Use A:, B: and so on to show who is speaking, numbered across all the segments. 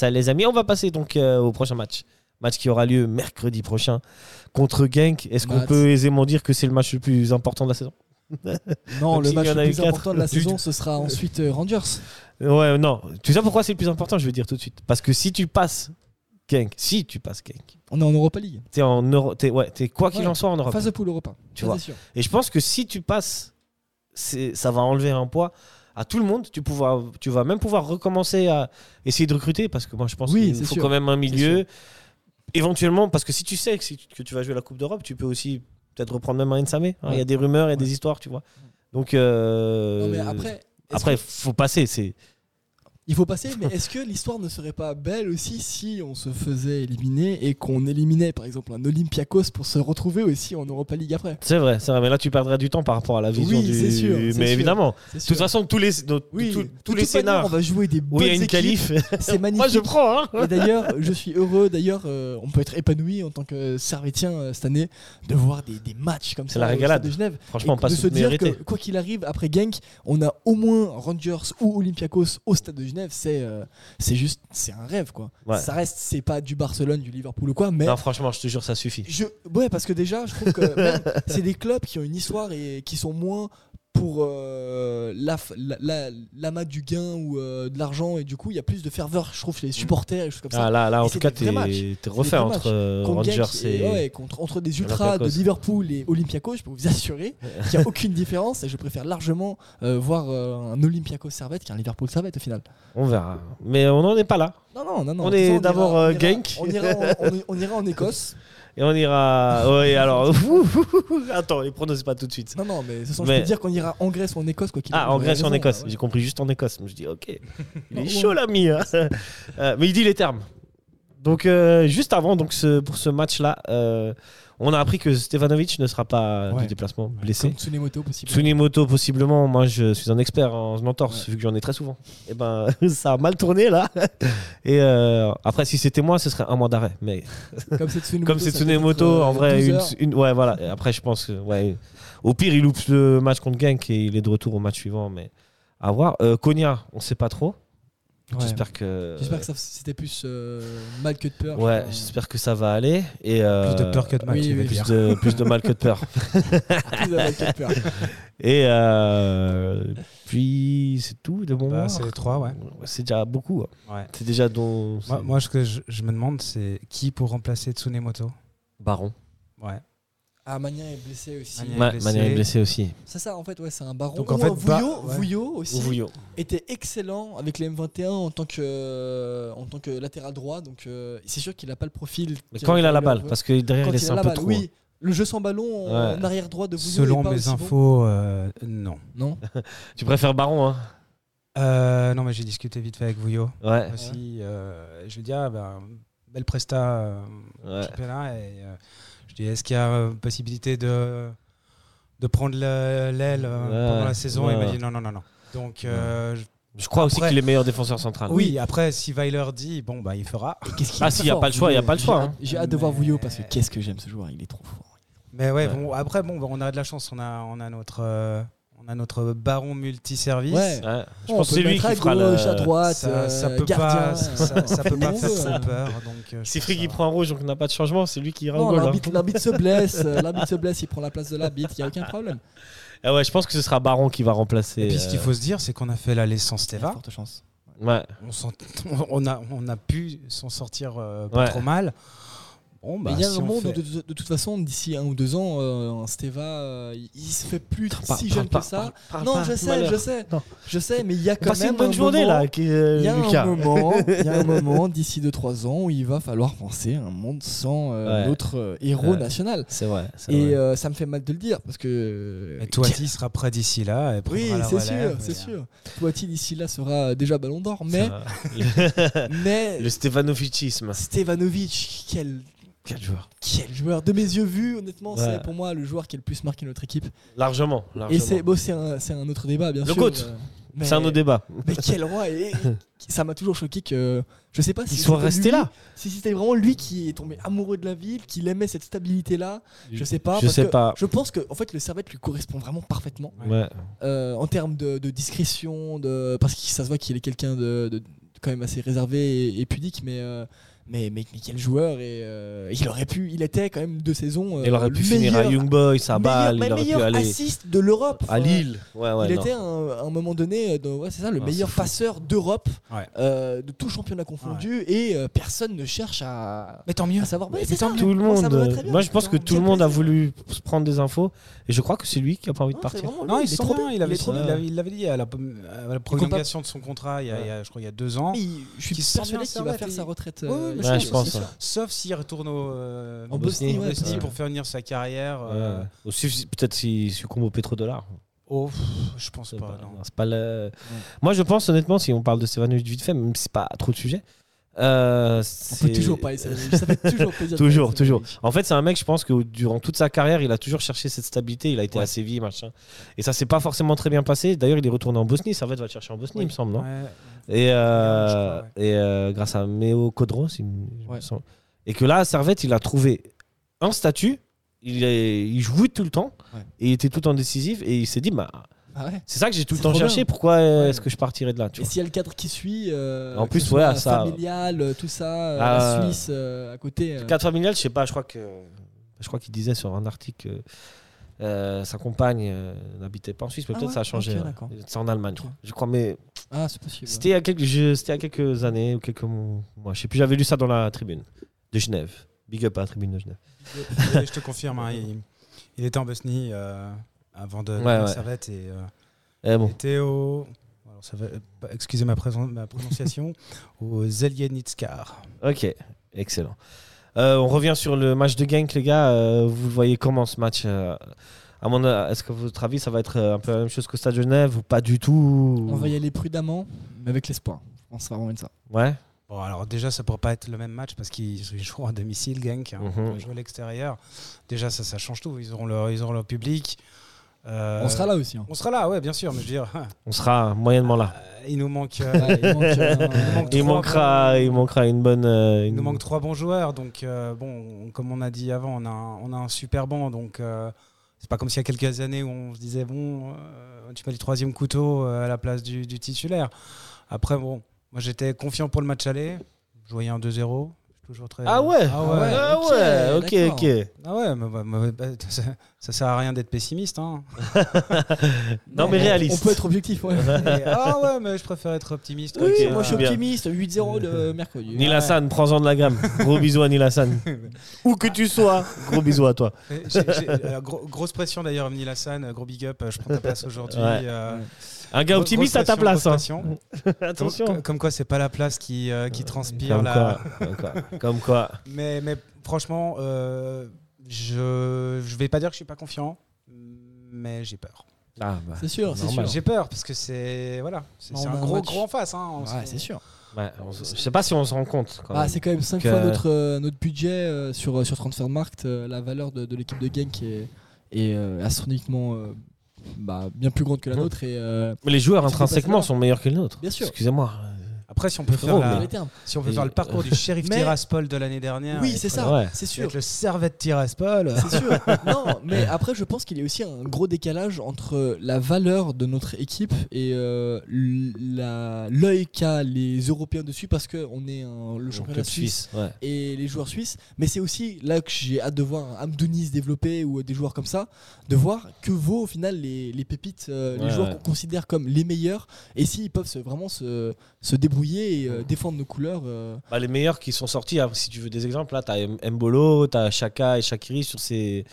A: Ça, les amis, on va passer donc euh, au prochain match. Match qui aura lieu mercredi prochain contre Genk. Est-ce qu'on
B: Matt.
A: peut aisément dire que c'est le match le plus important de la saison
B: Non,
A: Donc,
B: le
A: s'il
B: match
A: y en a
B: le
A: eu
B: plus
A: quatre,
B: important de la
A: tu-
B: saison, ce sera ensuite euh, Rangers.
A: Ouais, non. Tu sais pourquoi c'est le plus important Je vais dire tout de suite. Parce que si tu passes Genk, si tu passes Genk,
B: On est en Europa League.
A: t'es en Euro, t'es- ouais, t'es quoi qu'il
B: Ouais.
A: en soit en Europe.
B: Phase de poule Europa.
A: Tu
B: Ça,
A: vois.
B: c'est sûr.
A: Et je pense que si tu passes, c'est- ça va enlever un poids à tout le monde. Tu, pouvoir, tu vas même pouvoir recommencer à essayer de recruter parce que moi je pense
B: Oui,
A: qu'il
B: c'est
A: faut
B: sûr.
A: quand même un milieu. Éventuellement, parce que si tu sais que, si tu- que tu vas jouer la Coupe d'Europe, tu peux aussi peut-être reprendre même un Nsamé. hein. Il y a des rumeurs, il y a des
B: Ouais.
A: histoires, tu vois. Donc euh,
B: Non, mais après, est-ce
A: après,
B: que-
A: faut passer. C'est
B: il faut passer, mais est-ce que l'histoire ne serait pas belle aussi si on se faisait éliminer et qu'on éliminait par exemple un Olympiakos pour se retrouver aussi en Europa League après
A: c'est vrai, c'est vrai. Mais là, tu perdras du temps par rapport à la vision
B: Oui,
A: du.
B: c'est sûr,
A: mais
B: c'est sûr.
A: évidemment,
B: C'est
A: de
B: sûr.
A: toute façon, tous les nos-
B: oui,
A: tous-
B: de
A: tous les
B: toute manière,
A: scénars
B: on va jouer des
A: où il y
B: bonnes
A: a une
B: équipes.
A: qualif,
B: C'est magnifique.
A: moi je prends. hein.
B: Et d'ailleurs, je suis heureux. D'ailleurs, euh, on peut être épanoui en tant que Servetien euh, cette année de voir des, des matchs comme
A: C'est
B: ça
A: la
B: au Stade
A: régalade.
B: de Genève.
A: Franchement,
B: Et
A: pas
B: de se dire
A: mérité.
B: que quoi qu'il arrive après Genk, on a au moins Rangers ou Olympiakos au Stade de Genève. C'est euh, c'est juste, c'est un rêve quoi.
A: Ouais.
B: Ça reste, c'est pas du Barcelone, du Liverpool ou quoi, mais
A: Non, franchement, je te jure, ça suffit.
B: je, ouais, parce que déjà, je trouve que même, c'est des clubs qui ont une histoire et qui sont moins pour euh, la, f- la, la- l'amas du gain ou euh, de l'argent. Et du coup, il y a plus de ferveur, je trouve, chez les
A: Mm.
B: supporters et des choses comme ça.
A: Ah là, là,
B: Et
A: en
B: c'est
A: tout cas,
B: des vrais
A: t'es t'es refait
B: vrais
A: entre
B: matchs.
A: euh,
B: Contre
A: Rangers
B: Genk
A: et.
B: ouais, contre, entre des ultras de
A: Olympiakos.
B: Liverpool et Olympiakos, je peux vous assurer qu'il n'y a aucune différence et je préfère largement euh, voir euh, un Olympiakos Servette qu'un Liverpool Servette au final.
A: On verra. Mais on n'en est pas là.
B: Non, non, non, non.
A: On
B: De toute
A: est
B: façon,
A: d'abord,
B: ira-
A: euh,
B: on ira-
A: Genk.
B: On ira, en- on- on ira en Écosse.
A: Et on ira. Ouais, alors. Attends, les pronos, c'est pas tout de suite.
B: Non, non, mais de toute façon,
A: Mais-
B: je peux dire qu'on ira en Grèce ou en Écosse quoi qu'il
A: Ah,
B: arrive,
A: en
B: vous
A: Grèce ou
B: avez
A: en
B: raison,
A: Écosse.
B: ouais.
A: J'ai compris juste en Écosse. Je me dis, ok, il
B: Non,
A: est
B: ouais.
A: chaud l'ami. hein. Euh, mais il dit les termes. Donc, euh, juste avant, donc, ce- pour ce match-là, euh, on a appris que Stevanovic ne sera pas
B: Ouais.
A: du déplacement, blessé.
B: Comme Tsunemoto possible.
A: Tsunemoto, possiblement, moi je suis un expert en entorse, vu que j'en ai très souvent. Et ben, ça a mal tourné là. Et euh, après, si c'était moi, ce serait un mois d'arrêt. Mais
B: Comme c'est Tsunemoto.
A: comme c'est
B: ça peut être,
A: Tsunemoto,
B: euh,
A: en vrai,
B: 12
A: une,
B: heures.
A: une- ouais, voilà. Et après, je pense que, ouais, au pire, il loupe le match contre Genk et il est de retour au match suivant. Mais à voir. Euh, Konya, on sait pas trop.
B: Ouais.
A: J'espère que.
B: J'espère que ça- c'était plus euh, mal que de peur.
A: Ouais,
B: je crois.
A: j'espère que ça va aller. Et, euh,
C: Plus de peur que de mal,
B: oui,
C: tu veux
B: oui,
C: dire.
A: plus de- plus de mal que de peur.
B: Plus de mal que de peur.
A: Et euh, puis c'est tout de bon.
C: Bah,
A: moment.
C: c'est les trois, ouais.
A: C'est déjà beaucoup. hein.
C: Ouais.
A: C'est déjà dont
C: Moi, moi, ce que je, je me demande, c'est qui pour remplacer Tsunemoto
A: Baron.
C: Ouais.
B: Ah, Magnin est blessé aussi.
C: Magnin. Il est
A: Ma
C: blessé.
A: Manier est blessé aussi.
B: C'est ça, en fait, ouais, c'est un baron.
C: Donc, en
B: Ou
C: fait,
B: un Vouillot,
C: bah- ouais.
B: Vouillot aussi
A: Vouillot.
B: était excellent avec les M21 en tant que, euh, en tant que latéral droit. Donc, euh, c'est sûr qu'il n'a pas le profil.
A: Mais
B: qui
A: quand il a la
B: ressemble à
A: balle,
B: Vouillot.
A: parce que derrière
B: Quand
A: il
B: il
A: laisse
B: a
A: un
B: la
A: peu
B: balle,
A: trop. hein.
B: oui. Le jeu sans ballon en-
A: Ouais.
B: en arrière droit de Vouillot. est
C: Selon
B: pas
C: mes
B: aussi bon.
C: infos, euh, non.
B: Non.
A: Tu préfères Baron, hein
C: Euh, non, mais j'ai discuté vite fait avec Vouillot
A: Ouais.
C: aussi. euh, je lui ai dit, ah, ben, belle presta euh,
A: Ouais.
C: championnat. Et, euh, je lui ai dit, est-ce qu'il y a euh, possibilité de, de prendre le- l'aile euh,
A: Ouais,
C: pendant la saison
A: ouais,
C: Il m'a
A: ouais.
C: dit, non, non, non, non. Donc, euh, je-
A: Je crois aussi
C: Après-
A: qu'il est meilleur défenseur central.
C: oui, après, si Weiler dit, bon, bah, il fera.
B: Et qu'est-ce qu'il
A: Ah,
B: est
A: s'il
B: très
A: y a
B: fort,
A: pas le choix, il y a
B: Vouillot.
A: pas le choix,
B: J'ai
A: hein.
B: hâte- J'ai hâte de voir
C: Mais-
B: Vouillot parce que qu'est-ce que j'aime ce joueur. Il est trop fort.
C: Mais ouais,
A: Ouais.
C: bon, après, bon, bah, on a de la chance. On a, on a notre. euh, on a notre baron multiservice.
B: Ouais.
A: Ouais. Je
B: On
A: pense que
B: peut
A: c'est
B: le
A: lui
B: mettre
A: qui
B: à
A: fera
B: gauche,
A: le-
B: à droite,
C: ça, ça
B: euh,
C: peut
B: gardien,
C: pas, ça, ça- ça peut pas
B: on
C: faire
B: veut.
C: trop peur. Donc, euh, je
A: C'est
C: pense
A: Free qui
C: que ça
A: prend rouge, donc on n'a pas de changement. C'est lui qui ira
B: Non,
A: au goal. hein.
B: l'arbitre l'arbitre se blesse, euh, l'arbitre se blesse, il prend la place de l'arbitre, il n'y a aucun problème.
A: Ah ouais, je pense que ce sera Baron qui va remplacer.
C: va. Et puis, ce qu'il
A: euh,
C: faut se dire, c'est qu'on a fait la licence Teva.
B: Forte chance.
A: Ouais.
C: On, s'en- on a, on a pu s'en sortir euh, pas
A: Ouais.
C: trop mal. Bon, bah,
B: Mais il y a
C: si
B: un
C: on
B: monde où,
C: fait-
B: de, de- de toute façon, d'ici un ou deux ans, euh, un Steva, euh, il- il se fait plus
A: Par-
B: si
A: par-
B: jeune
A: par-
B: que ça.
A: par-
B: non,
A: par-
B: je sais,
A: malheur.
B: je sais,
A: Non.
B: je sais, mais il y a quand
A: Passez
B: même
A: une bonne
B: un
A: journée
B: moment-
A: là, qui- euh,
B: Il y a
A: Lucas.
B: un moment, il y a un moment d'ici 2-3 ans où il va falloir penser à un monde sans euh,
A: Ouais.
B: notre euh, héros
A: Ouais.
B: national.
A: C'est vrai. c'est
B: Et
A: vrai.
B: euh, ça me fait mal de le dire parce que.
C: Et Toati sera prêt d'ici là. Et
B: Oui,
C: prendra la
B: c'est
C: relève,
B: sûr, c'est
C: et-
B: sûr. Toati d'ici là sera déjà Ballon d'Or,
A: euh. C'est
B: mais
A: vrai.
B: mais
A: Le Stefanovicisme.
B: Stevanovic, quel,
A: Quel joueur
B: quel joueur de mes yeux vus, honnêtement,
A: Ouais. Ah,
B: c'est pour moi le joueur qui a le plus marqué notre équipe.
A: Largement. largement.
B: Et c'est bon, c'est un, c'est un autre débat, bien
A: Le
B: sûr.
A: GOAT.
B: euh, mais-
A: C'est un autre débat.
B: Mais quel roi et, et ça m'a toujours choqué que je sais pas si
A: Qu'il soit
B: c'était
A: resté
B: lui-
A: là.
B: Si c'était vraiment lui qui est tombé amoureux de la ville, qu'il aimait cette stabilité là, je sais pas.
A: Je
B: parce
A: sais
B: que
A: pas.
B: Je pense que en fait le Servette lui correspond vraiment parfaitement
C: Ouais.
A: Ouais.
B: euh, en termes de, de discrétion, de parce que ça se voit qu'il est quelqu'un de, de- quand même assez réservé et, et pudique, mais, euh, mais, mais, mais quel joueur et, euh, il aurait pu, il était quand même deux saisons. euh,
A: Il aurait
B: le
A: pu finir à
B: meilleur-
A: Young Boys, à Bâle,
B: meilleur-
A: il aurait pu
B: meilleur
A: aller
B: assist de l'Europe. euh,
A: à Lille. Ouais, euh, ouais,
B: il
A: non.
B: était à un, à un moment donné, euh, dans- ouais, c'est ça, le
A: Ah,
B: meilleur
A: c'est fou.
B: passeur d'Europe,
C: Ouais.
B: euh, de tout championnat confondu, et euh, personne ne cherche à,
C: Mais tant mieux.
B: à savoir.
C: Mais
B: Ouais, c'est Ah,
C: tant
B: ça.
C: mieux.
A: Tout le
B: Moi, ça
A: monde. euh,
B: me va très bien.
A: Moi, je pense que
B: Ça me
A: tout le
B: fait
A: monde a
B: plaisir.
A: voulu se prendre des infos. Et je crois que c'est lui qui a pas envie de
B: Non, c'est
A: partir.
B: vraiment lui,
C: Non, il,
B: est
C: s'en
B: trop
C: bien,
B: bien,
C: il avait,
B: est trop
C: il
B: bien.
C: avait- il l'avait dit à la, à la prolongation de son contrat, il y a,
A: Ouais.
C: il y a- je crois il y a deux ans.
B: Mais il- je suis
C: Qui se
B: persuadé
C: souvient,
B: qu'il va
C: ouais,
B: faire
C: il-
B: sa retraite.
C: Ouais,
B: euh,
C: ouais, mais
A: Ouais,
C: je
A: je
B: c'est
A: pense.
B: sûr.
A: ouais.
C: Sauf s'il retourne au, euh,
B: En
C: au
B: Bosnie,
A: Bosnie,
B: ouais,
A: ouais.
C: Bosnie
B: ouais.
C: pour faire venir sa carrière. euh,
A: Ouais. Ou si- Peut-être s'il succombe au pétrodollar.
C: Oh, pff, je pense
A: C'est
C: pas.
A: pas- hein.
C: non.
A: non, c'est pas le- Moi, je pense honnêtement, si on parle de Stevanovic vite fait, même si c'est pas trop de sujet. euh,
B: On
A: c'est
B: peut toujours parler de ça. Ça fait toujours plaisir. de
A: Toujours,
B: parler de
A: toujours.
B: Savanovic.
A: En fait, c'est un mec, je pense que durant toute sa carrière, il a toujours cherché cette stabilité. Il a été
C: Ouais.
A: à Séville, machin. Et ça s'est pas forcément très bien passé. D'ailleurs, il est retourné en Bosnie. Servette va le chercher en Bosnie,
C: Oui.
A: il me semble, non
C: Ouais.
A: Et, euh,
C: Je crois,
A: et euh, grâce à Méo Codros, il me- il me
B: Ouais.
A: semble. Et que là, Servette, il a trouvé un statut. Il, est- il jouait tout le temps.
B: Ouais.
A: Et il était tout le temps décisif. Et il s'est dit, bah,
B: Ah ouais.
A: c'est ça que j'ai tout le
B: C'est
A: temps
B: trop
A: cherché.
B: bien.
A: Pourquoi euh,
B: Ouais.
A: est-ce que je partirais de là tu
B: Et
A: vois
B: s'il y a le cadre qui suit, euh,
A: En
B: que
A: plus,
B: ce soit
A: ouais, ça-
B: familial, euh, tout ça, euh,
A: Ah.
B: la Suisse euh, à côté. euh,
A: Quatre familiales, je sais pas, je crois que je crois qu'il disait sur un article que euh, sa compagne euh, n'habitait pas en Suisse, mais
B: Ah
A: peut-être
B: ouais
A: ça a changé.
B: Ok,
A: ouais.
B: d'accord.
A: C'est en Allemagne, je crois. Je crois, mais
B: Ah, c'est possible.
A: c'était à quelques je- c'était à quelques années ou quelques mois, je sais plus. J'avais lu ça dans la tribune de Genève. Big up à la tribune de Genève.
C: Et je te confirme, hein, il, il était en Bosnie euh, avant de
A: Ouais,
C: prendre
A: ouais.
C: Servette et euh,
A: Eh
C: il
A: bon,
C: était au. alors, ça va- bah, excusez ma, présen- ma prononciation, au Zeljenitskar.
A: ok, excellent. Euh, on revient sur le match de Genk, les gars. Euh, vous le voyez comment ce match euh, à mon, Est-ce que votre avis, ça va être euh, un peu la même chose qu'au Stade de Genève ou pas du tout
B: On va y aller prudemment, mais avec l'espoir. Je pense que ça va vraiment être ça.
A: Ouais.
C: Bon, alors déjà, ça pourrait pas être le même match parce qu'ils ils jouent à domicile, Genk. hein.
A: Mhm.
C: Ils jouent à l'extérieur. Déjà, ça, ça change tout. Ils auront leur, ils auront leur public. Euh,
B: On sera là aussi. hein.
C: On sera là, ouais, bien sûr. Mais je veux dire, hein.
A: On sera moyennement là.
C: euh, il nous manque. euh,
B: Ouais, il manque, euh,
C: manque
A: Il
C: Trois
A: manquera,
C: bons-
A: il manquera une bonne. euh,
C: Il
A: une-
C: nous manque trois bons joueurs, donc euh, bon, on- comme on a dit avant, on a, un- on a un super banc, donc euh, c'est pas comme s'il y a quelques années où on se disait bon, euh, tu mets le troisième couteau euh, à la place du, du titulaire. Après bon, moi j'étais confiant pour le match aller, je voyais un 2-0, je suis toujours très.
A: Ah ouais,
C: ah ouais,
A: ah
B: ok,
A: ouais, ok,
B: d'accord.
A: ok.
C: Ah ouais, mais- mais- mais- bah, ça, ça sert à rien d'être pessimiste. hein.
A: Non, mais
B: on-
A: réaliste.
B: On peut être objectif. ouais.
C: Et- ah ouais, mais je préfère être optimiste.
A: Oui,
C: Ok,
B: Moi, je suis
A: bien.
B: optimiste. 8-0 le mercredi.
A: Nil Hassan, prends-en de la gamme. Gros bisous à Nil Hassan. Où que tu sois, gros bisous à toi.
C: Et j'ai- j'ai- alors, gros- grosse pression d'ailleurs, Omni Lassane, gros big up, euh, je prends ta place aujourd'hui.
A: Ouais.
C: euh,
A: Un gars
C: Grosse
A: optimiste à ta
C: pression, grosse
A: place. hein.
C: pression.
A: Attention.
C: Comme, comme quoi, c'est pas la place qui, euh, qui transpire
A: Comme
C: là.
A: quoi, comme quoi, comme quoi.
C: Mais, mais franchement, euh, je, je vais pas dire que je suis pas confiant, mais j'ai peur.
A: Ah, bah,
B: C'est sûr, c'est
A: normal.
B: sûr.
C: J'ai peur parce que c'est voilà, c'est
B: On
C: c'est
B: a
C: un
B: un
C: gros
B: match.
C: gros en face. hein. On
B: Ouais,
C: se-
B: c'est sûr.
A: Ouais, on se- je sais pas si on se rend compte. Quand
B: Ah,
A: même.
B: c'est quand même 5
A: que-
B: fois notre, euh, notre budget euh, sur, sur Transfermarkt. euh, la valeur de, de l'équipe de Genk est, est euh, astronomiquement euh, bah, bien plus grande que la
A: Mhm.
B: nôtre. Et, euh,
A: Mais les joueurs
B: Parce que
A: intrinsèquement
B: parce que-
A: sont meilleurs que les nôtres.
B: Bien sûr.
A: Excusez-moi.
C: Après, si on peut faire,
A: Frérot,
C: la-
A: mais-
B: les termes.
C: si on peut
A: Et-
C: faire le parcours du shérif
B: Mais-
C: Tiraspol de l'année dernière,
B: Oui,
C: être-
B: c'est
A: ouais.
B: ça, c'est sûr.
C: être le servette Tiraspol.
B: C'est sûr. non, mais après, je pense qu'il y a aussi un gros décalage entre la valeur de notre équipe et euh, l- la- l'œil qu'a les Européens dessus parce qu'on est un- le championnat
A: Club suisse.
B: suisse
A: ouais.
B: et les joueurs suisses. Mais c'est aussi là que j'ai hâte de voir Amdouni se développer ou des joueurs comme ça, de voir que vaut au final les, les pépites, euh,
A: Ouais,
B: les joueurs
A: ouais.
B: qu'on considère comme les meilleurs, et s'ils peuvent se, vraiment se, se débrouiller et euh, défendre nos couleurs. euh,
A: Bah, les meilleurs qui sont sortis, hein, si tu veux des exemples, là, t'as M- Mbolo, t'as Chaka et Shakiri sur ces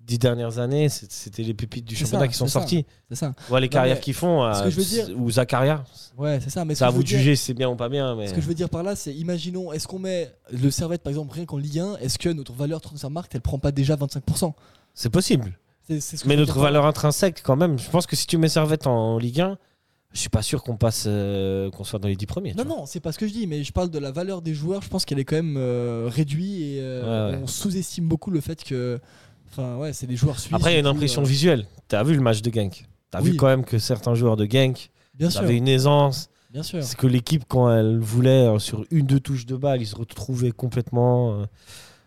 A: dix dernières années, c'est- c'était les pépites du
B: C'est
A: championnat
B: ça,
A: qui sont
B: c'est ça.
A: sortis.
B: c'est ça.
A: Ouais, les
B: Non,
A: carrières
B: mais
A: qu'ils font,
B: ce
A: euh,
B: que je veux dire-
A: ou Zakaria,
B: Ouais, c'est ça. Mais ce
A: c'est à
B: que je
A: vous
B: veux
A: de
B: dire-
A: juger si c'est bien ou pas bien. Mais...
B: Ce que je veux dire par là, c'est imaginons, est-ce qu'on met le Servette par exemple rien qu'en Ligue 1, est-ce que notre valeur Transfermarkt elle prend pas déjà 25%
A: C'est possible.
B: C'est- c'est ce que
A: Mais
B: je veux
A: notre
B: dire par là.
A: valeur intrinsèque, quand même, je pense que si tu mets Servette en Ligue 1, je suis pas sûr qu'on passe, euh, qu'on soit dans les 10 premiers. tu
B: Non, non, c'est pas ce que je dis, mais je parle de la valeur des joueurs. Je pense qu'elle est quand même euh, réduite et euh,
A: Ouais, ouais.
B: on sous-estime beaucoup le fait que. Enfin, ouais, c'est des joueurs suisses.
A: Après, il y a une
B: du coup,
A: impression
B: euh,
A: visuelle. T'as vu le match de Genk T'as vu
B: Oui.
A: quand même que certains joueurs de Genk
B: euh, bien sûr,
A: avaient une aisance,
B: bien sûr.
A: C'est que l'équipe, quand elle voulait euh, sur une, deux touches de balle, ils se retrouvaient complètement. euh,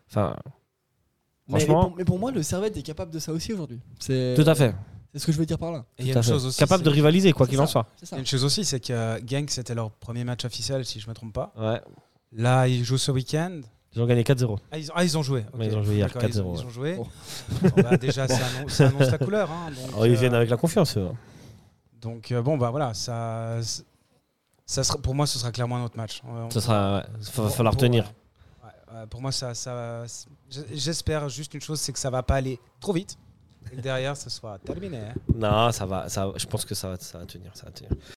A: Enfin,
B: Mais
A: franchement-
B: pour, mais pour moi, le Servette est capable de ça aussi aujourd'hui. C'est
A: tout à fait.
B: C'est ce que je veux dire par là.
C: Et il y a
A: Tout à
C: une
A: fait.
C: chose aussi,
A: Capable de
C: c'est-
A: rivaliser, quoi
B: C'est
A: qu'il
B: ça.
A: en soit.
B: C'est
C: il y
B: ça.
C: a une chose aussi, c'est que Gang, c'était leur premier match officiel, si je me trompe pas.
A: Ouais.
C: Là, ils jouent ce week-end.
A: Ils ont gagné 4-0.
C: Ah, ils ont, ah, ils ont joué. ok.
A: Ouais, ils ont joué hier,
C: D'accord, ils-
A: 4-0,
C: Ils,
A: ouais.
C: ont joué.
B: Bon.
C: Bon, bah, déjà, ça annonce, ça annonce la couleur. hein, donc,
A: Oh, ils
C: euh,
A: viennent avec la confiance. eux.
C: Donc euh, bon bah voilà, ça, ça sera, pour moi ce sera clairement un autre match. Euh,
A: Ça sera, ouais, va
C: pour-
A: falloir
C: pour-
A: tenir.
C: ouais, ouais, pour moi ça, ça j- j'espère juste une chose c'est que ça va pas aller trop vite et que derrière ce soit terminé. hein.
A: Non, ça va, ça, je pense que ça va, ça va tenir, ça va tenir.